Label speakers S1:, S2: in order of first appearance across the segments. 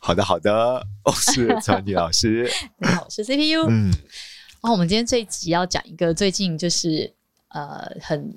S1: 好的，好的， 我是传奇老师。
S2: 大家好，我是 CPU。
S1: 嗯，
S2: 然后我们今天这一集要讲一个最近就是呃很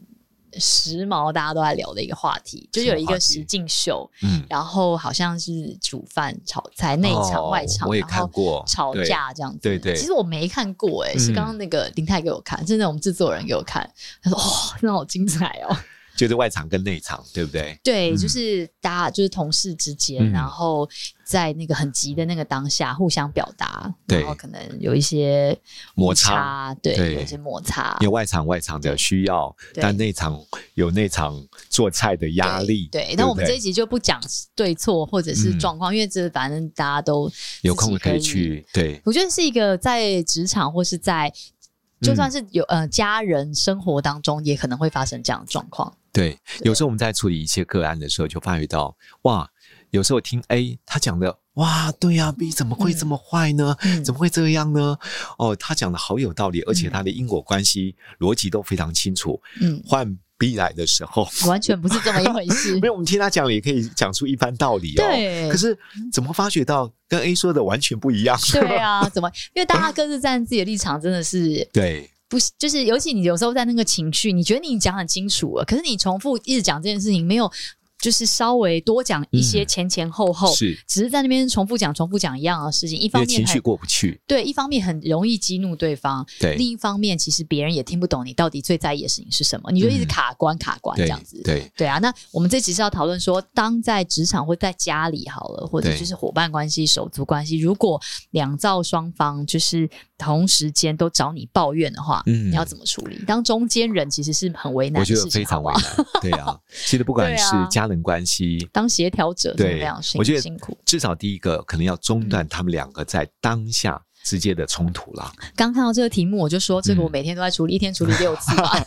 S2: 时髦，大家都在聊的一个话题，就是有一
S1: 什么话
S2: 个
S1: 题
S2: 实境秀，
S1: 嗯，
S2: 然后好像是煮饭、炒菜、内场、
S1: 哦
S2: 外场，
S1: 我也
S2: 然后
S1: 看过
S2: 吵
S1: 对
S2: 架这样子。
S1: 对对
S2: 其实我没看过、欸，哎、
S1: 嗯
S2: 是刚刚那个林泰给我看，是那种制作人给我看，他说：“哦，那好精彩哦。”
S1: 就是外场跟内场，对不对？
S2: 对，
S1: 嗯
S2: 就是大家就是同事之间，
S1: 嗯
S2: 然后在那个很急的那个当下互相表达，
S1: 对
S2: 然后可能有一些
S1: 摩
S2: 误
S1: 擦，
S2: 差，对，
S1: 对
S2: 有一些摩擦
S1: 因，为外场外场的需要，
S2: 啊对
S1: 但内场有内场做菜的压力。
S2: 对，
S1: 不
S2: 那我们这一集就不讲对错或者是
S1: 嗯
S2: 状况，因为这反正大家都自己
S1: 有空可以去，对，
S2: 我觉得是一个在职场或是在
S1: 嗯
S2: 就算是有、呃家人生活当中，也可能会发生这样的状况。
S1: 对，有时候我们在处理一些个案的时候，就发觉到哇，有时候听 A 他讲的哇，对呀、b 怎么会这么坏呢？
S2: 嗯
S1: 怎么会这样呢？哦，他讲的好有道理，而且
S2: 嗯
S1: 他的因果关系、逻辑都非常清楚。
S2: 嗯，
S1: 换 B 来的时候，
S2: 完全不是这么一回事
S1: 没。有我们听他讲也可以讲出一番道理哦。
S2: 对嗯
S1: 可是怎么发觉到跟 A 说的完全不一样？
S2: 对啊，怎么？因为大家各自站自己的立场，真的是
S1: 对，
S2: 不是，就是尤其你有时候在那个情绪，你觉得你讲很清楚了，可是你重复一直讲这件事情，没有就是稍微多讲一些
S1: 嗯
S2: 前前后后，
S1: 是
S2: 只是在那边重复讲、重复讲一样的事情。一哦
S1: 因
S2: 方
S1: 为
S2: 面
S1: 情绪
S2: 很
S1: 过不去。
S2: 对，一方面很容易激怒对方，
S1: 对
S2: 另一方面其实别人也听不懂你到底最在意的事情是什么，你就一直
S1: 嗯
S2: 卡关、卡关这
S1: 对
S2: 样子。
S1: 对，
S2: 对啊，那我们这集是要讨论说，当在职场或在家里好了，或者
S1: 对
S2: 就是伙伴关系、手足关系，如果两造双方就是同时间都找你抱怨的话，
S1: 嗯
S2: 你要怎么处理？当中间人其实是很为难
S1: 我
S2: 的
S1: 觉
S2: 事
S1: 得
S2: 情，
S1: 非
S2: 好
S1: 常
S2: 不
S1: 为
S2: 好
S1: 难。对 啊，其实不管是
S2: 对啊
S1: 家人关系，
S2: 当协调者是非
S1: 对
S2: 常，辛
S1: 我觉得
S2: 辛苦。
S1: 至少第一个可能要中
S2: 嗯
S1: 断他们两个在当下之间的冲突啦。
S2: 刚看到这个题目，我就说这个我
S1: 嗯
S2: 每天都在处理，一天处理六次 吧，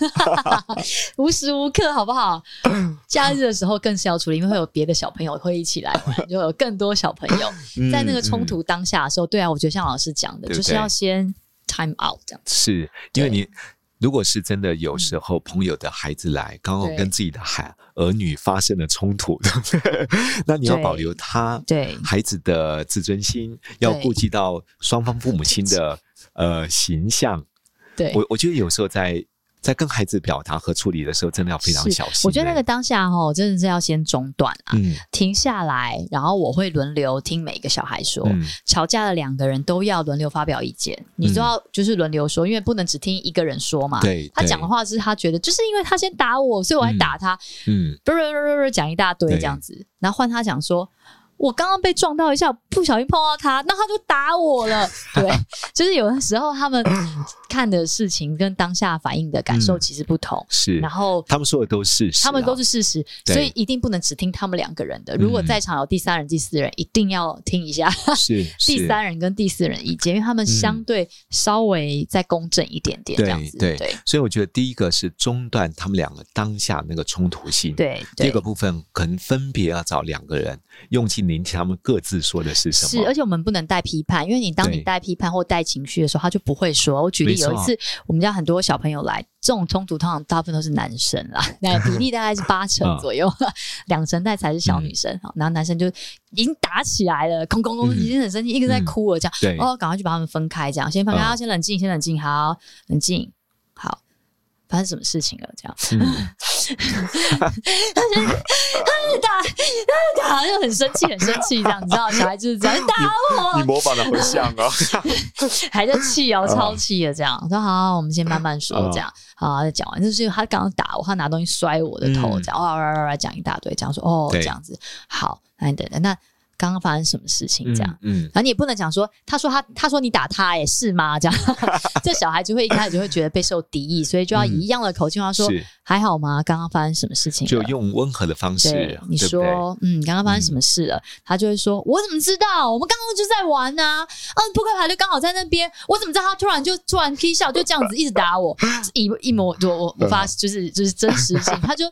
S2: 无时无刻好不好？假日的时候更是要处理，因为会有别的小朋友会一起来玩，就有更多小朋友在那个冲突当下的时候，对啊，我觉得像老师讲的，
S1: 嗯对不对
S2: 就是要先 time out 这样子。
S1: 是因为你如果是真的有时候朋友的孩子来，刚
S2: 嗯
S1: 好
S2: 对
S1: 跟自己的孩儿女发生了冲突， 对不对？那你要
S2: 对
S1: 保留他
S2: 对
S1: 孩子的自尊心，要
S2: 对
S1: 顾及到双方父母亲的呃形象。
S2: 对，
S1: 我我觉得有时候在在跟孩子表达和处理的时候，真的要非常
S2: 是
S1: 小心欸。
S2: 我觉得那个当下哦，真的是要先中断啊，
S1: 嗯
S2: 停下来，然后我会轮流听每一个小孩说。
S1: 嗯
S2: 吵架的两个人都要轮流发表意见，你都要就是轮流说，因为不能只听一个人说嘛。
S1: 对
S2: 啊他
S1: 对
S2: 讲的话是他觉得，就是因为他先打我，所以我还打他，
S1: 嗯，
S2: 啵啵啵啵啵讲一大堆
S1: 对
S2: 这样子，然后换他讲说。我刚刚被撞到一下，不小心碰到他，那他就打我 了。对，就是有的时候他们看的事情跟当下反应的感受
S1: 嗯
S2: 其实不同，
S1: 是。
S2: 然后
S1: 他们说的都是事实啊、
S2: 他们都是事实，
S1: 对嗯
S2: 所以一定不能只听他们两个人的。如果在场有第三人、第四人，一定要听一下
S1: 是
S2: 第
S1: 是嗯
S2: 三人跟第四人意见，因为他们相对稍微再公正一点点，这样
S1: 对
S2: 子。
S1: 对
S2: 对
S1: 所以我觉得第一个是中断他们两个当下那个冲突性，。
S2: 对
S1: 第
S2: 对，
S1: 二个部分可能分别要找两个人用心聆听他们各自说的是什
S2: 是，
S1: 么，
S2: 而且我们不能带批判，因为你当你
S1: 对
S2: 带批判或带情绪的时候，他就不会说。我举例
S1: 没
S2: 有
S1: 错
S2: 一次，我们家很多小朋友来，这种冲突通常大部分都是男生 啦，那比例大概是八成
S1: 嗯
S2: 左右，两成带才是小女生。好，然后男生就已经打起来了，空空空，
S1: 嗯
S2: 已经很生气，一直在哭了，这样。
S1: 对
S2: 哦，赶快去把他们分开，这样先分开，
S1: 嗯
S2: 啊先冷静，先冷静，好，冷静，好。发生什么事情了？ 这样，
S1: 嗯，
S2: 打打就很生气，很生气，这样，你知道，小孩就是这 样，打我，
S1: 模仿的好像啊，
S2: 还在气哦，
S1: 嗯
S2: 超气的这样。说好，我们先慢慢说
S1: 嗯
S2: 这样。好，讲完就是他刚刚打我，他拿东西摔我的头，这样哇哇哇哇哇讲一大堆，讲说哦
S1: 嗯对
S2: 这样子。好，那你等等，那刚刚发生什么事情这样。
S1: 嗯，
S2: 然后你也不能讲说，他说他他说你打他、欸，哎是吗？ 这样，这小孩就会一开始就会觉得备受敌意，所以就要以一样的口气跟他说、
S1: 嗯是
S2: 还好吗？刚刚发生什么事情了？
S1: 就用温和的方式啊
S2: 对，你
S1: 对不对
S2: 说，嗯，刚刚发生什么事了？他就会说，我怎么知道？我们刚刚就在玩呐、啊，嗯，扑克牌就刚好在那边，我怎么知道他突然就突然劈笑，就这样子一直打 我，一一模我我
S1: 嗯
S2: 我发就是就是真实性，他就。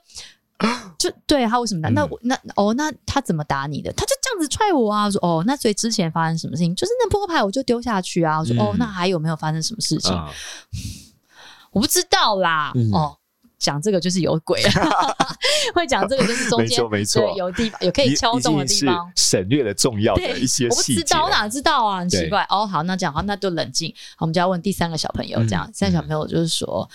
S2: 就对他为什么打？
S1: 嗯
S2: 那我那哦，那他怎么打你的？他就这样子踹我啊！我说哦，那所以之前发生什么事情？就是那扑克牌我就丢下去啊！我说、哦
S1: 嗯，
S2: 那还有没有发生什么事情？
S1: 啊，
S2: 我不知道啦。
S1: 嗯
S2: 哦，讲这个就是有鬼， 会讲这个就是中
S1: 没
S2: 间
S1: 错没错
S2: 对有地方有可以敲动的地方
S1: 已。经是省略了重要的
S2: 对
S1: 一些
S2: 我不
S1: 细
S2: 知
S1: 节
S2: 道，。我哪知道啊？很
S1: 对
S2: 奇怪。哦，好，那这样好，那就冷静。好，我们就要问第三个小朋友，这样、
S1: 嗯
S2: 第三个小朋友就是说。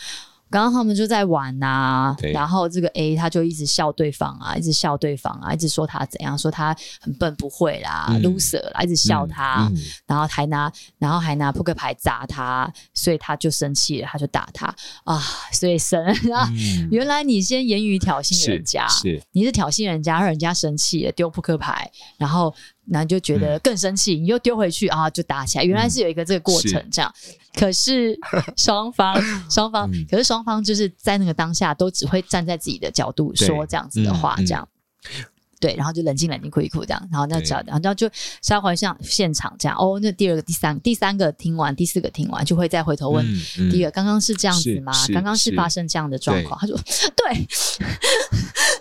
S2: 刚刚他们就在玩呐、
S1: 对
S2: 然后这个 A 他就一直笑对方啊，一直笑对方啊，一直说他怎样，说他很笨不会啦、
S1: 嗯
S2: l o s e r 啦，一直笑他。
S1: 嗯
S2: 然后还拿，然后还拿扑克牌砸他，所以他就生气了，他就打他啊，所以 生啊。
S1: 嗯
S2: 原来你先言语挑衅
S1: 是
S2: 人家，
S1: 是
S2: 你是挑衅人家，让人家生气了，丢扑克牌，然后然后就觉
S1: 嗯
S2: 得更生气，你又丢回去啊，就打起来。原来是有一个这个过程
S1: 是
S2: 这样，可 是双方双方，
S1: 嗯
S2: 可是双方就是在那个当下都只会站在自己的角度
S1: 对
S2: 说这样子的话，
S1: 嗯嗯
S2: 这样。对，然后就冷静冷静哭一哭这样，然后那
S1: 对
S2: 小，然后就稍回像现场这样。哦，那第二个、第三、第三个听完，第四个听完，就会再回头问
S1: 嗯嗯
S2: 第一个，刚刚是这样子
S1: 是
S2: 吗？
S1: 是
S2: 刚刚是
S1: 是
S2: 发生这样的状况？他说 对，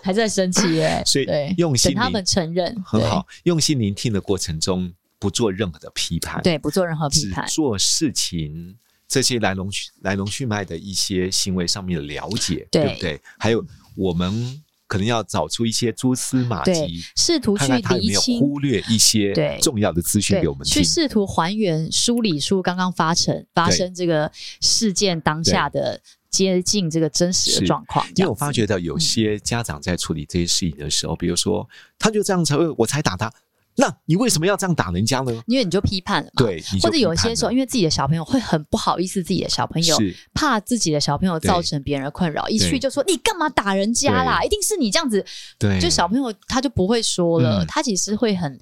S2: 还在生气耶、
S1: 所以
S2: 对，
S1: 用心
S2: 等他
S1: 聆
S2: 们承认，
S1: 很好，用心聆听的过程中，不做任何的批判，
S2: 对，，对，不做任何批
S1: 只
S2: 判，
S1: 做事情这些来龙去来龙去脉的一些行为上面的了解，
S2: 对
S1: 不对？还有我们可能要找出一些蛛丝马
S2: 对
S1: 迹，，
S2: 试图去
S1: 看看他有
S2: 厘
S1: 没有
S2: 清。
S1: 忽略一些
S2: 对
S1: 重要的资讯
S2: 对
S1: 给我，们
S2: 去
S1: 听。
S2: 试图还原、梳理出刚刚发生发
S1: 对
S2: 生这个事件当下的接近这个真实
S1: 是
S2: 的状况。这
S1: 因为
S2: 样
S1: 我
S2: 子嗯
S1: 发觉到有些家长在处理这些事情的时候，比如说他就这样才会，我才打他，那你为什么要这样打人家呢？
S2: 因为你就批判了嘛，
S1: 对，你就
S2: 或者有一
S1: 批判
S2: 些时候，
S1: 了
S2: 因为自己的小朋友会很不好意思自己的小朋友，
S1: 是
S2: 怕自己的小朋友造成别人的困扰，一去就说你干嘛打人家啦？一定是你这样子，
S1: 对，
S2: 就小朋友他就不会说了，
S1: 嗯
S2: 他其实会很，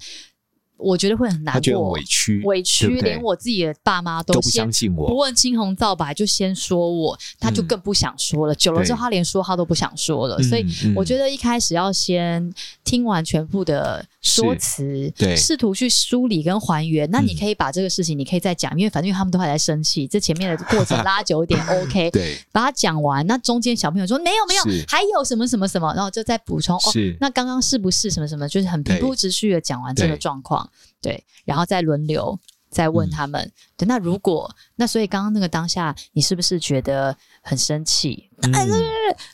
S2: 我觉得会很难
S1: 他觉得很
S2: 过
S1: 委，屈，
S2: 委屈，
S1: 对不对
S2: 连我自己的爸妈
S1: 都不
S2: 先
S1: 相信
S2: 不
S1: 我，
S2: 问青红皂白就先说我，他就
S1: 嗯
S2: 更不想说了。久了之后，
S1: 对
S2: 他连说他都不想说了。
S1: 嗯
S2: 所以
S1: 嗯
S2: 我觉得一开始要先听完全部的说辞，
S1: 对
S2: 试图去梳理跟还原。那你
S1: 嗯
S2: 可以把这个事情，你可以再讲，因为反正他们都还在生气，这前面的过程拉久一 点，OK。
S1: 对，
S2: 把它讲完，那中间小朋友说没有没有
S1: 是，
S2: 还有什么什么什么，然后就再补充哦，
S1: 是
S2: 那刚刚是不是什么什么，就是很平铺直叙的讲完这个
S1: 对
S2: 状况，对，然后再轮流再问他们。对，那如果那所以刚刚那个当下，你是不是觉得很生气？
S1: 嗯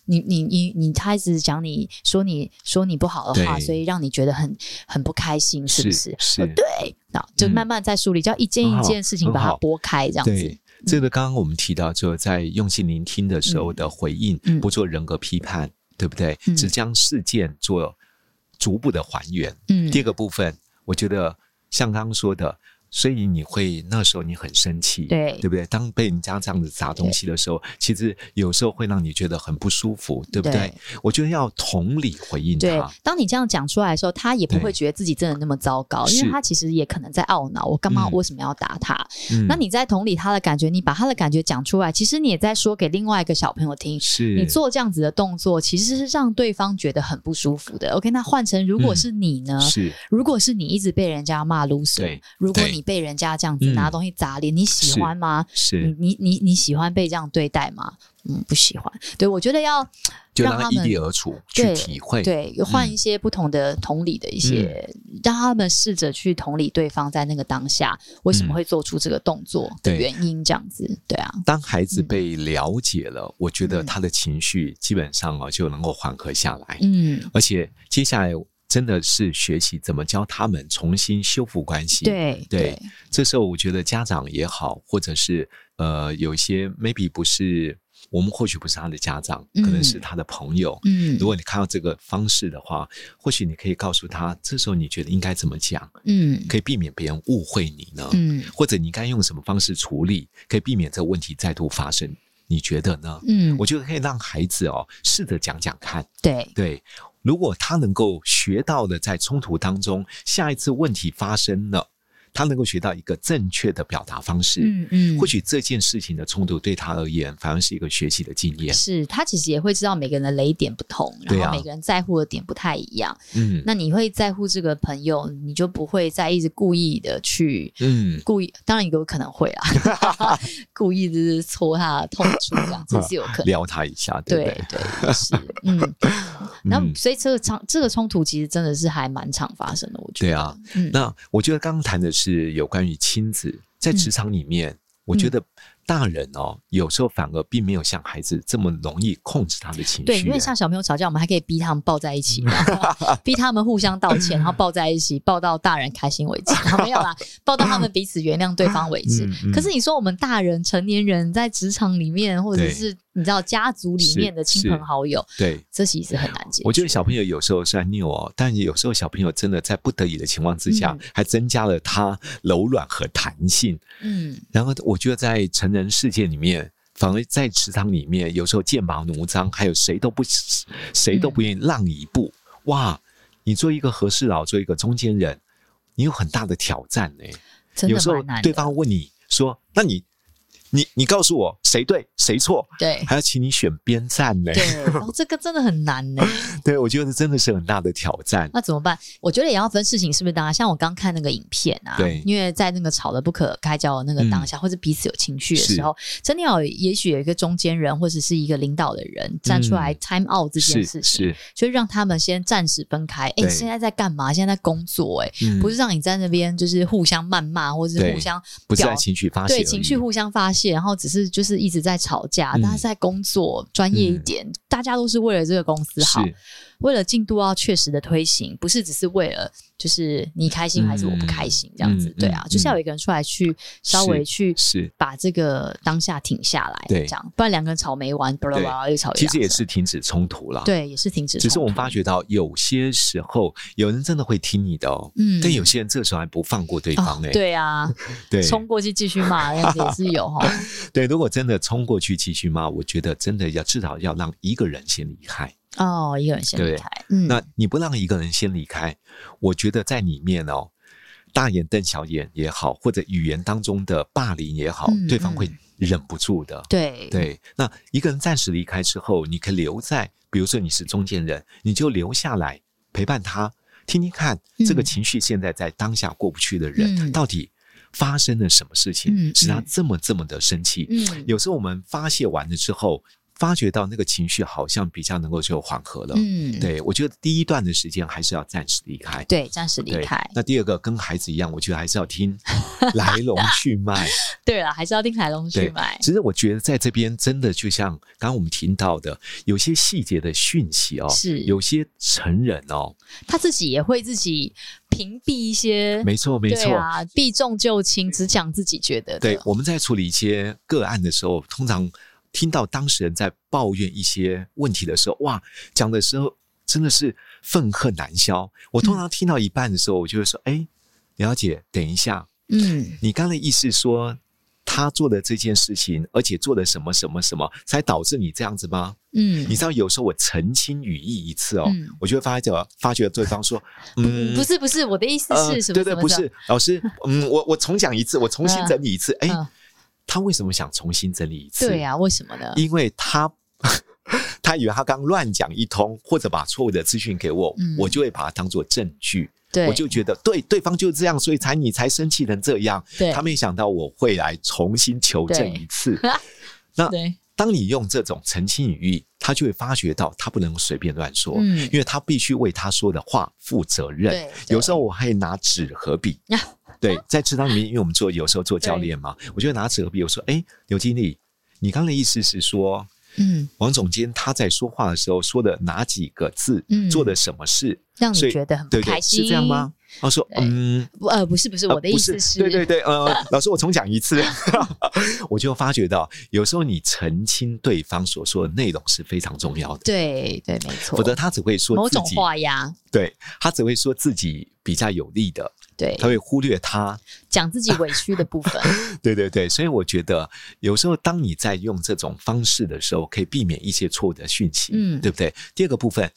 S2: 你你你你他一直讲你说你说你不好的话，
S1: 对
S2: 所以让你觉得很很不开心，是不是？
S1: 是
S2: 哦对，那就
S1: 嗯
S2: 慢慢再梳理，就要一件一件事情
S1: 很
S2: 把
S1: 好
S2: 它拨开，这样子
S1: 对。这个刚刚我们提到，就在用心聆听的时候的回应，
S2: 嗯
S1: 不做人格批判，对不对？
S2: 嗯
S1: 只将事件做逐步的还原。
S2: 嗯
S1: 第二个部分，我觉得像刚刚说的，所以你会那时候你很生气，
S2: 对
S1: 对不对？当被人家这样子砸东西的时候，其实有时候会让你觉得很不舒服，对不对？
S2: 对
S1: 我觉得要同理回应
S2: 对
S1: 他，，
S2: 当你这样讲出来的时候，他也不
S1: 对
S2: 会觉得自己真的那么糟糕，因
S1: 是
S2: 为他其实也可能在懊恼，我干嘛
S1: 嗯
S2: 为什么要打他？
S1: 嗯
S2: 那你在同理他的感觉，你把他的感觉讲出来，其实你也在说给另外一个小朋友听。
S1: 是
S2: 你做这样子的动作，其实是让对方觉得很不舒服的。OK，那换成如
S1: 嗯
S2: 果是你呢？
S1: 是
S2: 如果是你一直被人家骂 loser，
S1: 对
S2: 如果
S1: 对
S2: 你被人家这样子
S1: 嗯
S2: 拿东西砸脸，你喜欢吗？你
S1: 是，
S2: 你你你喜欢被这样对待吗？嗯，不喜欢。对我觉得要
S1: 就
S2: 让
S1: 让
S2: 他
S1: 一
S2: 们
S1: 地而处，去
S2: 对
S1: 体会，
S2: 对，
S1: 嗯
S2: 换一些不同的同理的一些，让他们试着去同理对方在那个当下为什么
S1: 嗯
S2: 会做出这个动作的
S1: 对
S2: 原因，这样子，对啊，
S1: 当孩子
S2: 嗯
S1: 被了解了，我觉得
S2: 嗯
S1: 他的情绪基本上哦就能够缓和下来，
S2: 嗯，
S1: 而且接下来真的是学习怎么教他们重新修复关系。，
S2: 对
S1: 对这时候我觉得家长也好，或者是呃有一些 maybe 不是我们或许不是他的家长，
S2: 嗯
S1: 可能是他的朋友。
S2: 嗯，
S1: 如果你看到这个方式的话，或许你可以告诉他，这时候你觉得应该怎么讲，
S2: 嗯
S1: 可以避免别人误会你呢？
S2: 嗯
S1: 或者你应该用什么方式处理，可以避免这个问题再度发生？你觉得呢？
S2: 嗯，
S1: 我觉得可以让孩子哦，试着讲讲看。
S2: 对
S1: 对如果他能够学到的，在冲突当中，下一次问题发生了，他能够学到一个正确的表达方式，
S2: 嗯嗯，
S1: 或许这件事情的冲突对他而言，反而是一个学习的经验。
S2: 是他其实也会知道每个人的雷点不同，然
S1: 对啊
S2: 后每个人在乎的点不太一样。
S1: 嗯
S2: 那你会在乎这个朋友，你就不会再一直故意的去。
S1: 嗯，
S2: 故意，当然有可能会 啦，故意就是戳他的痛处，这样
S1: 啊
S2: 子是有可能。
S1: 撩他一下，对不
S2: 对
S1: 对？
S2: 对，也 是，嗯，那
S1: 嗯
S2: 所以这个冲这个冲突其实真的是还蛮常发生的，我觉得。
S1: 对啊，
S2: 嗯，
S1: 那我觉得刚刚谈的是有关于亲子在职场里面，
S2: 嗯
S1: 我觉得大人哦，有时候反而并没有像孩子这么容易控制他的情绪。啊
S2: 对，因为像小朋友吵架，我们还可以逼他们抱在一起， 然后逼他们互相道歉，然后抱在一起，抱到大人开心为止。 然后没有啦，抱到他们彼此原谅对方为止。
S1: 嗯嗯
S2: 可是你说我们大人、成年人在职场里面，或者
S1: 对
S2: 是你知道家族里面的亲
S1: 是
S2: 朋好友，
S1: 对。
S2: 这其实很难解决。
S1: 我觉得小朋友有时候是很拗哦，但有时候小朋友真的在不得已的情况之下，
S2: 嗯
S1: 还增加了他柔软和弹性。
S2: 嗯，
S1: 然后我觉得在成人世界里面，反而在职场里面，有时候剑拔弩张，还有谁都不谁都不愿意让一步。
S2: 嗯
S1: 哇，你做一个和事佬，做一个中间人，你有很大的挑战呢、
S2: 真
S1: 有
S2: 的
S1: 时候
S2: 蛮难
S1: 对
S2: 的。
S1: 方问你说：“那你你你告诉我谁对谁错？”
S2: 对
S1: 还要请你选边站呢、
S2: 对，然后这个真的很难呢、
S1: 对，我觉得真的是很大的挑战。
S2: 那怎么办？我觉得也要分事情是不是当下。像我刚看那个影片啊，
S1: 对嗯
S2: 因为在那个吵得不可开交的那个当下，或者彼此有情绪的时候，真的要有也许有一个中间人或者是一个领导的人站出来 time out 这件
S1: 嗯是
S2: 事情，
S1: 是，
S2: 就让他们先暂时分开。哎、
S1: 对
S2: 现在在干嘛？现在在工作、哎、
S1: 嗯
S2: 不是让你在那边就是互相谩骂，或者是
S1: 对
S2: 互相
S1: 不是
S2: 表
S1: 在情绪发泄而已，
S2: 对情绪互相发泄，然后只是就是一直在吵架，
S1: 嗯
S2: 大家在工作，专业一
S1: 嗯
S2: 点，大家都是为了这个公司好。啊
S1: 是
S2: 为了进度要确实的推行，不是只是为了就是你开心还是我不开心这样子，
S1: 嗯嗯
S2: 对啊，
S1: 嗯
S2: 就是要有一个人出来去稍微去
S1: 是。
S2: 把这个当下停下来，
S1: 对
S2: 这样不然两个人吵没完，巴拉巴拉又吵，
S1: 其实也是，停止冲突啦。
S2: 对，也是停止冲突，
S1: 只是我们发觉到，有些时候有人真的会听你的哦，
S2: 嗯
S1: 但有些人这时候还不放过对
S2: 哦
S1: 方哎、
S2: 对啊，
S1: 对
S2: 冲过去继续骂，那样子也是 有哈，
S1: 对，如果真的冲过去继续骂，我觉得真的要至少要让一个人先离开。
S2: 哦，一个人先离开，嗯，
S1: 那你不让一个人先离开，我觉得在里面哦，大眼瞪小眼也好，或者语言当中的霸凌也好，
S2: 嗯
S1: 对方会
S2: 嗯
S1: 忍不住的。
S2: 对，
S1: 对，那一个人暂时离开之后，你可以留在，比如说你是中间人，你就留下来陪伴他，听听看这个
S2: 嗯
S1: 情绪现在在当下过不去的人、
S2: 嗯
S1: 到底发生了什么事情，
S2: 嗯
S1: 使他
S2: 嗯
S1: 这么这么的生气。
S2: 嗯，
S1: 有时候我们发泄完了之后，发觉到那个情绪好像比较能够就缓和了。
S2: 嗯，
S1: 对我觉得第一段的时间还是要暂时离开。
S2: 对，暂时 离
S1: 对
S2: 开，
S1: 那第二个跟孩子一样，我觉得还是 要听来龙去脉。
S2: 对了，还是要听台龙去
S1: 对
S2: 买，
S1: 其实我觉得在这边真的就像刚刚我们听到的，有些细节的讯息哦，
S2: 是
S1: 有些成人哦，
S2: 他自己也会自己屏蔽一些
S1: 没错没
S2: 对
S1: 错。
S2: 啊，避重就轻，只讲自己觉得的
S1: 对，我们在处理一些个案的时候，通常听到当事人在抱怨一些问题的时候，哇，讲的时候真的是愤恨难消。我通常听到一半的时候，我就会说：“哎、了解，等一下，
S2: 嗯，
S1: 你刚才意思说他做的这件事情，而且做的什么什么什么，才导致你这样子吗？”
S2: 嗯
S1: 你知道，有时候我澄清语义一次哦，
S2: 嗯
S1: 我就会发觉发觉对方说，嗯，
S2: 不是不 是，我的意思
S1: 呃，
S2: 是什么？
S1: 对对，
S2: 什么
S1: 不是，老师，嗯，我我重讲一次，我重新整理一次。哎、
S2: 嗯
S1: 他为什么想重新整理一次？
S2: 对、啊，为什么呢？
S1: 因为他 他以为他刚乱讲一通，或者把错误的资讯给我，
S2: 嗯
S1: 我就会把它当做证据，
S2: 对，
S1: 我就觉得对对方就是这样，所以才你才生气成这样。
S2: 对
S1: 他没想到我会来重新求证一次。那
S2: 对，
S1: 当你用这种澄清语义，他就会发觉到他不能随便乱说，
S2: 嗯
S1: 因为他必须为他说的话负责任
S2: 对。对
S1: 有时候我还拿纸和笔，对，在职场里面，因为我们做有时候做教 练嘛，我就拿纸和笔，我说：“哎，刘经理，你刚才的意思是说，
S2: 嗯，
S1: 王总监他在说话的时候说的哪几个字，
S2: 嗯
S1: 做的什么事，
S2: 让
S1: 所
S2: 你
S1: 以
S2: 觉得很不
S1: 对不
S2: 开
S1: 对？
S2: 心，
S1: 是这样吗？”他说：“
S2: 对
S1: 嗯，
S2: 不？呃，不是不是，
S1: 呃
S2: 我的意思
S1: 不对对对， 呃，老师，我重讲一次， 我就发觉到，有时候你澄清对方所说的内容是非常重要的，
S2: 对对，没错，
S1: 否则他只会说
S2: 某
S1: 自
S2: 种
S1: 己，
S2: 话呀，
S1: 对他只会说自己比较有利的，
S2: 对，
S1: 他会忽略他，
S2: 讲自己委屈的部分，
S1: 对对对，所以我觉得有时候当你在用这种方式的时候，可以避免一些错误的讯息，
S2: 嗯
S1: 对不对？第二个部分。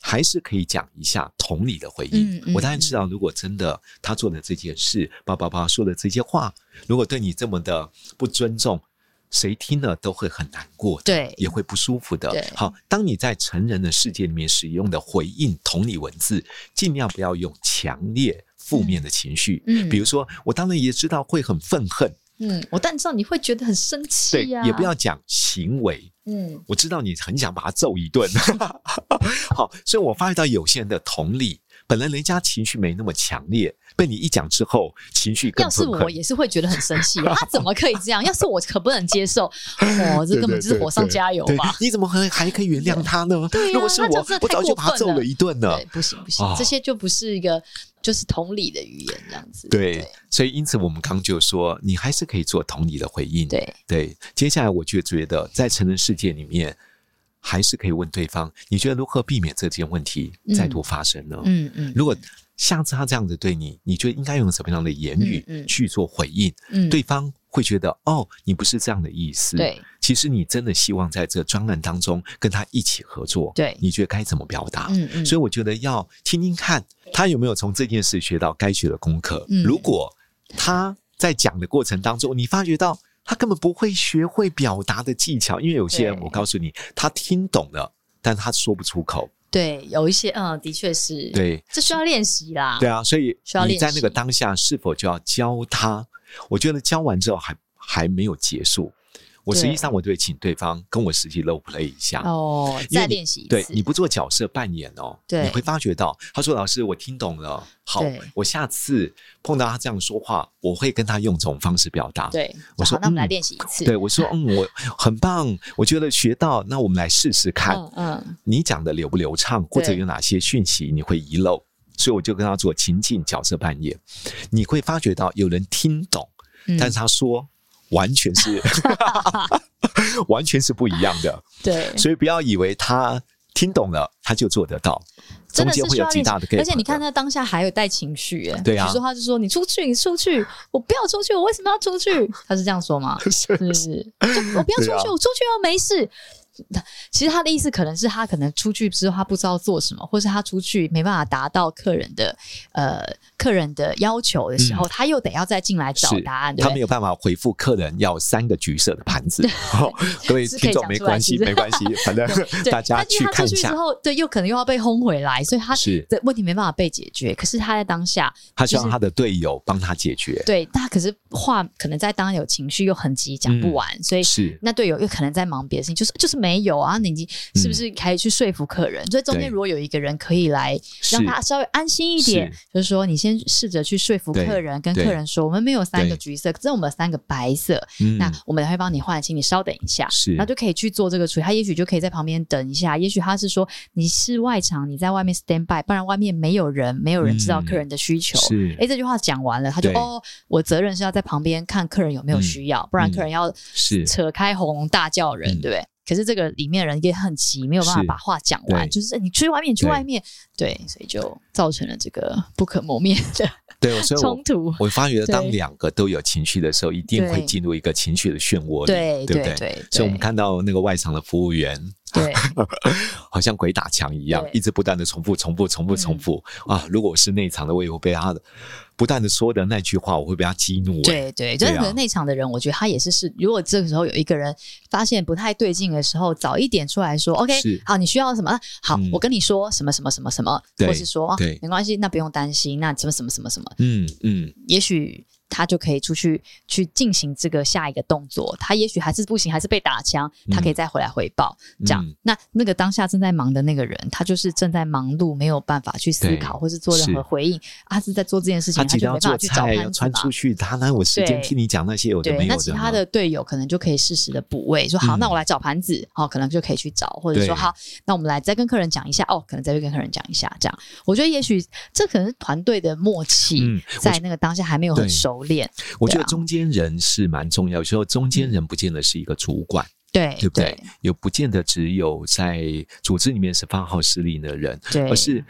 S1: 还是可以讲一下同理的回
S2: 嗯
S1: 应。
S2: 嗯
S1: 我当然知道，如果真的他做的这件事，叭叭叭说的这些话，如果对你这么的不尊重，谁听了都会很难过的，
S2: 对
S1: 也会不舒服的
S2: 对。
S1: 好，当你在成人的世界里面使用的回应同理文字，尽量不要用强烈负面的情绪。
S2: 嗯
S1: 比如说，我当然也知道会很愤恨，
S2: 嗯，我但知道你会觉得很生
S1: 对，
S2: 气呀、
S1: 也不要讲行为，
S2: 嗯
S1: 我知道你很想把他揍一顿， 好，所以我发觉到有些人的同理，本来人家情绪没那么强烈，被你一讲之后，情绪更
S2: 要是
S1: 愤
S2: 我
S1: 恨。
S2: 也是会觉得很生 气，他怎么可以这样？要是我可不能接受，哦，这
S1: 对
S2: 根本
S1: 对
S2: 就是
S1: 对
S2: 火上
S1: 对
S2: 加油
S1: 对
S2: 吧？，
S1: 你怎么还还可以原谅他呢？
S2: 对呀
S1: 如果是
S2: 那这
S1: 我
S2: 样真的，
S1: 我
S2: 太
S1: 早就
S2: 过
S1: 把他
S2: 分
S1: 揍
S2: 了
S1: 了一顿了
S2: 对，。不行不行，
S1: 哦
S2: 这些就不是一个就是同理的语言这样子。
S1: 对，所以因此我们刚就说，你还是可以做同理的回应。
S2: 对
S1: 对，接下来我就觉得，在成人世界里面，还是可以问对方，你觉得如何避免这件问题再度发生呢？
S2: 嗯嗯，
S1: 如果下次他这样子对你，你觉得应该用什么样的言
S2: 嗯
S1: 语
S2: 嗯
S1: 去做回应？
S2: 嗯
S1: 对方会觉得哦，你不是这样的意思。
S2: 对，
S1: 其实你真的希望在这专案当中跟他一起合作。
S2: 对
S1: 你觉得该怎么表达？
S2: 嗯嗯，
S1: 啊所以我觉得要听听看他有没有从这件事学到该学的功课。
S2: 嗯
S1: 如果他在讲的过程当中，你发觉到他根本不会学会表达的技巧，因为有些人
S2: 对
S1: 我告诉你，他听懂了，但他说不出口。
S2: 对有一些嗯，的确是，
S1: 对，
S2: 这需要练习啦。
S1: 对啊，所以
S2: 需要
S1: 你
S2: 练
S1: 在那个
S2: 习
S1: 当下是否就要教他？我觉得教完之后还还没有结束，我实际
S2: 对
S1: 上我就会请对方跟我实际 role play 一下。
S2: 哦，
S1: 因为
S2: 再
S1: 你
S2: 练习一
S1: 对
S2: 次。
S1: 你不做角色扮演哦，
S2: 对
S1: 你会发觉到他说：“老师，我听懂了，好
S2: 对，
S1: 我下次碰到他这样说话，我会跟他用这种方式表达。”
S2: 对，
S1: 我说
S2: 好，那我们来
S1: 嗯
S2: 练习一次。
S1: 对，我说：“嗯，我很棒，我觉得学到，那我们来试试看。
S2: 嗯嗯，
S1: 你讲的流不流畅，或者
S2: 对
S1: 有哪些讯息你会遗漏，所以我就跟他做情境角色扮演。你会发觉到有人听懂，
S2: 嗯
S1: 但是他说完全 是完全是不一样的，
S2: 对，
S1: 所以不要以为他听懂了他就做得到，
S2: 真
S1: 中
S2: 的是
S1: 间会
S2: 需
S1: 有
S2: 要
S1: 极
S2: 练习
S1: 大的 gap 的。
S2: 而且你看他当下还有带情绪耶，
S1: 对啊
S2: 比如说他就说你出去，你出去，我不要出去，我为什么要出去？他是这样说吗？ 是不是？就我不要出
S1: 对啊
S2: 去，我出去又没事。其实他的意思可能是他可能出去之后他不知道做什么，或是他出去没办法达到客人的呃客人的要求的时候，他又得要再进来找
S1: 嗯是
S2: 答案，对
S1: 他
S2: 不
S1: 没
S2: 对？
S1: 有办法回复客人要三个橘色的盘 子。哦各位
S2: 是可以
S1: 听众
S2: 讲
S1: 没
S2: 出来
S1: 关
S2: 是
S1: 系，
S2: 不是
S1: 没关 系，反正
S2: 对，
S1: 大家
S2: 但因
S1: 去
S2: 为他
S1: 看
S2: 出
S1: 一
S2: 去之
S1: 下。
S2: 后，对，又可能又要被轰回来，所以他
S1: 是
S2: 的问题没办法被解决。可是他在当下，
S1: 他希
S2: 就
S1: 望
S2: 是
S1: 他的队友帮他解决，
S2: 对，那可是话可能在当下有情绪又很急，讲不
S1: 嗯
S2: 完，所以
S1: 是
S2: 那队友又可能在忙别的事情，就是就是没有啊，你已经是不是可以去说服客人？所以中间
S1: 嗯对
S2: 如果有一个人可以来让
S1: 是
S2: 他稍微安心一点，
S1: 是
S2: 就是说你先试着去说服
S1: 对
S2: 客人，跟
S1: 对
S2: 客人说我们没有三个
S1: 对
S2: 橘色，只有我们有三个白色，
S1: 嗯
S2: 那我们会帮你换，请你稍等一下，
S1: 是
S2: 然后就可以去做这个处理。他也许就可以在旁边等一下，也许他是说你是外场，你在外面 stand by，不然外面没有人，没有人知道
S1: 嗯
S2: 客人的需求。
S1: 是
S2: 哎，这句话讲完了，他就
S1: 对嗯
S2: 哦，我责任是要在旁边看客人有没有需要，不然客人要
S1: 是
S2: 扯开喉咙大叫人，
S1: 嗯
S2: 对不对？可是这个里面人也很急，没有办法
S1: 是
S2: 把话讲完，
S1: 对
S2: 就是哎你去外面，你去
S1: 对
S2: 外面，对，所以就造成了这个不可磨灭的
S1: 对，所以我
S2: 冲突。
S1: 我发觉，当
S2: 对
S1: 两个都有情绪的时候，一定会
S2: 对
S1: 进入一个情绪的漩涡里，
S2: 对
S1: 对不
S2: 对对
S1: 所以我们
S2: 对
S1: 看到那个外场的服务员，
S2: 对，
S1: 好像鬼打墙一样
S2: 对，嗯
S1: 一直不断的重复、重复、重复、重复、啊！如果我是内场的，我也会被他的不断的说的那句话，我会被他激怒、欸。
S2: 对对，就是
S1: 对啊
S2: 可能内场的人，我觉得他也是是，如果这个时候有一个人发现不太对劲的时候，早一点出来说，OK，
S1: 是
S2: 好，你需要什么？啊好，
S1: 嗯
S2: 我跟你说什么什么什么什么，
S1: 对
S2: 或是说啊
S1: 对，
S2: 没关系，那不用担心，那什么什么什么什么，
S1: 嗯嗯，
S2: 也许。他就可以出去去进行这个下一个动作，他也许还是不行，还是被打枪，他可以再回来回报。这样
S1: 嗯，
S2: 那那个当下正在忙的那个人，他就是正在忙碌，没有办法去思
S1: 对
S2: 考或是做任
S1: 是
S2: 何回应，他是在做这件事情，
S1: 他
S2: 他
S1: 急着
S2: 就没
S1: 要
S2: 办
S1: 做
S2: 法去找
S1: 菜，
S2: 潘
S1: 要
S2: 子
S1: 穿
S2: 嘛
S1: 出去，他哪有时
S2: 对
S1: 间听你讲那些有的
S2: 对，
S1: 没有
S2: 那
S1: 的？
S2: 其他的，队友可能就可以适时的补位，说好，
S1: 嗯
S2: 那我来找盘子，哦，可能就可以去找，或者
S1: 对
S2: 说好，那我们来再跟客人讲一下，哦，可能再去跟客人讲一下，这样，我觉得也许这可能是团队的默契，
S1: 嗯
S2: 在那个当下还没有很
S1: 对
S2: 熟练，
S1: 我觉
S2: 对
S1: 得
S2: 啊嗯
S1: 中间人是蛮重要。有时候中间人不见得是一个主管，
S2: 哎对
S1: 对不对？也不见得只有在组织里面是发号施令的人，
S2: 对
S1: 而是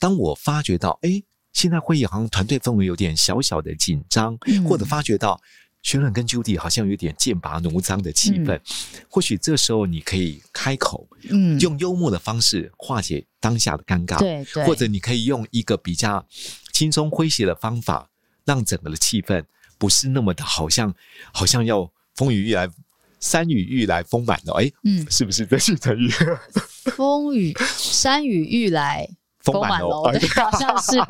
S1: 当我发觉到，哎，现在会议好像团队氛围有点小小的紧张，
S2: 嗯
S1: 或者发觉到学伦跟 Judy 好像有点剑拔弩张的气氛，或许这时候你可以开口，
S2: 嗯，
S1: 用幽默的方式化解当下的尴尬，
S2: 对对，
S1: 或者你可以用一个比较轻松诙谐的方法，让整个的气氛不是那么的好像好像要风雨欲来。山雨欲来风满楼，哎，
S2: 嗯，
S1: 是不是这是成语？
S2: 风雨山雨欲来
S1: 风
S2: 满
S1: 满楼，哎
S2: 对，好像 是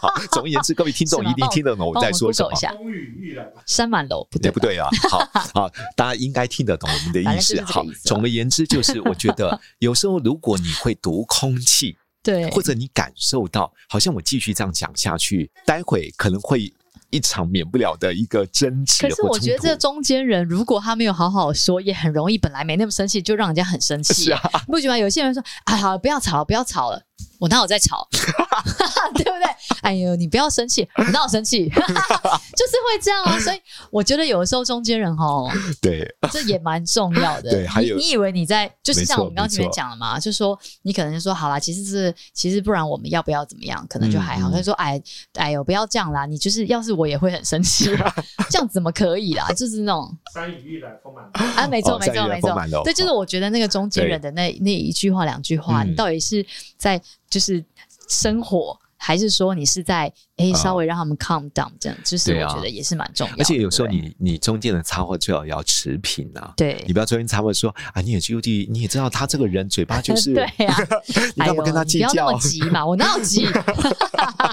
S1: 好，总而言之，各位听众
S2: 是吗
S1: 一定听得懂我
S2: 帮我
S1: 在
S2: 们
S1: 说什么
S2: Google 一。下，风雨欲来山满楼，不
S1: 也
S2: 对
S1: 不
S2: 吧，
S1: 对啊，好 好，大家应该听得懂我们的意
S2: 反正就是
S1: 思。
S2: 这个
S1: 好
S2: 意，思啊
S1: 总而言之，就是我觉得有时候如果你会读空气，
S2: 对，
S1: 或者你感受到，好像我继续这样讲下去，待会可能会一场免不了的一个争执
S2: 可是
S1: 或
S2: 我
S1: 冲
S2: 觉得这
S1: 突。
S2: 中间人如果他没有好好说，也很容易本来没那么生气，就让人家很生气。
S1: 是啊，
S2: 你不觉得吗有些人说：“哎，好，不要吵，不要吵了。”我哪有在吵， 对不对？哎呦，你不要生气，我哪有生气， 就是会这样啊。所以我觉得有的时候中间人哦，
S1: 对，
S2: 这也蛮重要的。
S1: 对还有
S2: 你，你以为你在，就是像
S1: 没错
S2: 我们刚刚前
S1: 没
S2: 面
S1: 错
S2: 讲了嘛，就说你可能就说好啦，其实是其实不然，我们要不要怎么样？可能就还好。
S1: 嗯嗯
S2: 他、说哎哎呦，不要这样啦，你就是要是我也会很生气， 这样怎么可以啦？就是那 种
S3: 山雨欲来风满楼。
S2: 啊，没错
S1: 哦
S2: 没
S1: 善意
S2: 错
S1: 的
S2: 没
S1: 丰满
S2: 错
S1: 楼，
S2: 对，就是我觉得那个中间人的那那一句话两句话，
S1: 嗯
S2: 你到底是在就是生活。还是说你是在哎、
S1: 啊
S2: 稍微让他们 calm down 这样，就是
S1: 对
S2: 我
S1: 啊
S2: 觉得也是蛮重要的。
S1: 而且有时候
S2: 对
S1: 你你中间的插话最好要持平啊。
S2: 对
S1: 你不要中间插话说啊，你也是 UD，你也知道他这个人嘴巴就 是，
S2: 对呀、
S1: 你
S2: 哎
S1: 干
S2: 呦，
S1: 嘛跟他计
S2: 你不要那
S1: 较
S2: 么？急嘛，我哪有急？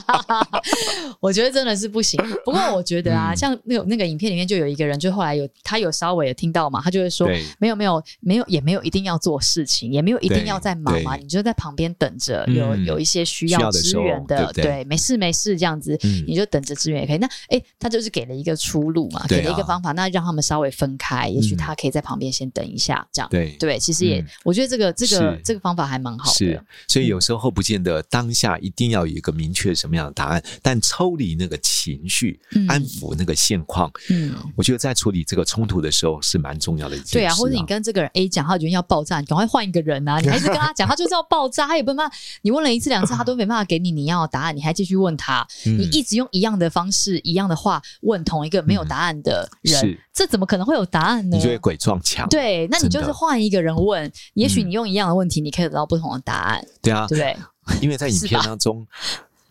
S2: 我觉得真的是不行。不过我觉得啊，
S1: 嗯
S2: 像那个那个影片里面就有一个人，就后来有他有稍微有听到嘛，他就会说。
S1: 对，
S2: 没有没有没有也没有一定要做事情，也没有一定
S1: 对
S2: 要在忙嘛，
S1: 对
S2: 你就在旁边等着
S1: 嗯
S2: 有有一些需
S1: 需
S2: 要
S1: 要的时
S2: 支
S1: 候
S2: 援的，
S1: 对不对
S2: 没事没事这样子，
S1: 嗯
S2: 你就等着支援也可以。那诶，他就是给了一个出路嘛，
S1: 对啊
S2: 给了一个方法，那让他们稍微分开，也许
S1: 嗯
S2: 他可以在旁边先等一下，这样
S1: 对
S2: 对，其实也、
S1: 嗯
S2: 我觉得这个这个
S1: 是
S2: 这个方法还蛮好
S1: 是
S2: 的，，
S1: 所以有时候不见得当下一定要有一个明确什么样的答案，但抽离那个情绪，
S2: 嗯
S1: 安抚那个现况，
S2: 嗯。
S1: 我觉得在处理这个冲突的时候是蛮重要的一件事、
S2: 对啊，或者你跟这个人 A 讲，他觉得要爆炸，你赶快换一个人啊！你还是跟他讲，他就是要爆炸，他也没办法。你问了一次两次，他都没办法给你你要的答案，你还继续问他，
S1: 嗯
S2: 你一直用一样的方式、一样的话问同一个没有答案的人，
S1: 嗯是
S2: 这怎么可能会有答案呢
S1: 你？就会鬼撞墙。
S2: 对，那你
S1: 真
S2: 就
S1: 的
S2: 是换一个人问，也许
S1: 嗯
S2: 你用一样的问题，你可以得到不同的答案，
S1: 对啊
S2: 对，不对？
S1: 因为在影
S2: 是
S1: 片
S2: 吧
S1: 当中，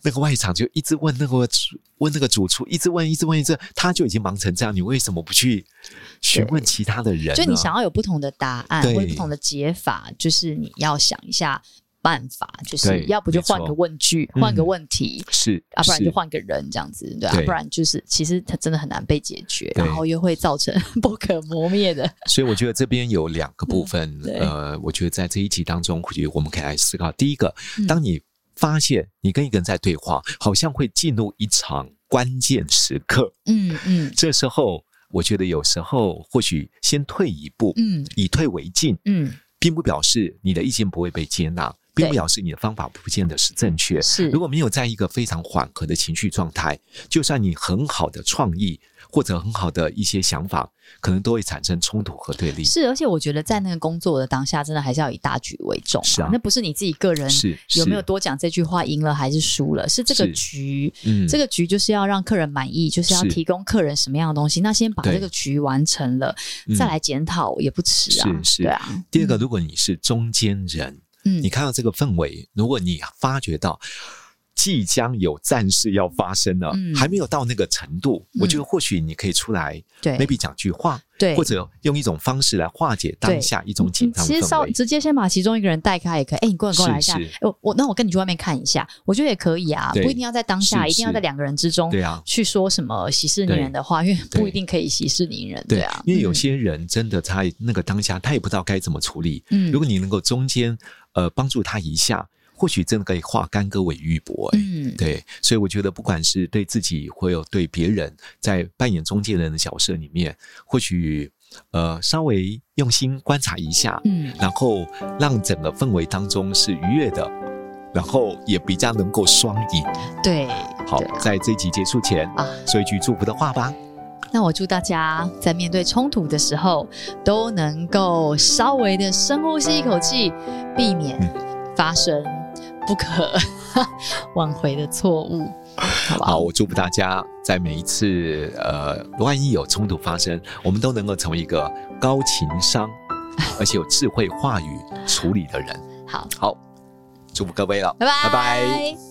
S1: 那个外场就一直问那个主问那个主厨，一直问一直问一直问，他就已经忙成这样，你为什么不去询问其他的人呢？
S2: 就你想要有不同的答案
S1: 对
S2: 或者不同的解法，就是你要想一下办法，就是
S1: 对
S2: 要不就换
S1: 没
S2: 个
S1: 错
S2: 问句，
S1: 嗯
S2: 换个问题。
S1: 是
S2: 啊，不然
S1: 是
S2: 就换个人这样子，对啊，
S1: 对
S2: 不然就是其实它真的很难被解决，
S1: 对
S2: 然后又会造成 不可磨灭 的。
S1: 所以我觉得这边有两个部分，
S2: 嗯对
S1: 呃，我觉得在这一集当中，或许我们可以来思考。第一个
S2: 嗯，
S1: 当你发现你跟一个人在对话，好像会进入一场关键时刻，
S2: 嗯嗯
S1: 这时候我觉得有时候或许先退一步，
S2: 嗯
S1: 以退为进，
S2: 嗯，
S1: 并不表示你的意见不会被接纳，并不
S2: 对
S1: 表示你的方法不见得是正确。
S2: 是
S1: 如果没有在一个非常缓和的情绪状态，就算你很好的创意或者很好的一些想法，可能都会产生冲突和对立。
S2: 是，而且我觉得在那个工作的当下，真的还是要以大局为重、
S1: 是啊
S2: 那不是你自己个人
S1: 是
S2: 有没有
S1: 是
S2: 多讲这句话赢了还是输了，是这个
S1: 是
S2: 局。
S1: 嗯
S2: 这个局就是要让客人满意，就是要
S1: 是
S2: 提供客人什么样的东西。那先把
S1: 对
S2: 这个局完成了，
S1: 嗯
S2: 再来检讨也不迟啊。
S1: 是是
S2: 对啊。
S1: 第二个，如果你是中间人，
S2: 嗯
S1: 你看到这个氛围，如果你发觉到即将有战事要发生了，
S2: 嗯
S1: 还没有到那个程度，
S2: 嗯
S1: 我觉得或许你可以出来
S2: 对
S1: ，maybe 讲句话，
S2: 对
S1: 或者用一种方式来化解当下一种紧
S2: 你
S1: 张
S2: 嗯其实稍
S1: 氛围。
S2: 直接先把其中一个人带开也可以。哎、你过来过来一下，
S1: 是
S2: 哎
S1: 是
S2: 我我那我跟你去外面看一下，我觉得也可以啊，
S1: 对
S2: 不一定要在当下，
S1: 是
S2: 一定要
S1: 是
S2: 在两个人之中
S1: 对啊
S2: 去说什么息事宁人的话，因为不一定可以息事宁人，对啊，
S1: 因为有
S2: 嗯
S1: 些人真的他那个当下，他也不知道该怎么处理。
S2: 嗯
S1: 如果你能够中间呃帮助他一下，或许真的可以化干戈为玉帛、哎
S2: 嗯
S1: 对，所以我觉得，不管是对自己或有对别人，在扮演中间人的角色里面，或许呃稍微用心观察一下，
S2: 嗯
S1: 然后让整个氛围当中是愉悦的，然后也比较能够双赢。
S2: 对，
S1: 好
S2: 对，啊
S1: 在这一集结束前
S2: 啊，
S1: 说一句祝福的话吧。
S2: 那我祝大家在面对冲突的时候，都能够稍微的深呼吸一口气，避免发生不可 挽回的错误，好不
S1: 好，
S2: 好？
S1: 我祝福大家在每一次呃，万一有冲突发生，我们都能够从一个高情 商而且有智慧话语处理的人。
S2: 好，
S1: 好，祝福各位了，
S2: 拜拜
S1: 拜拜
S2: 拜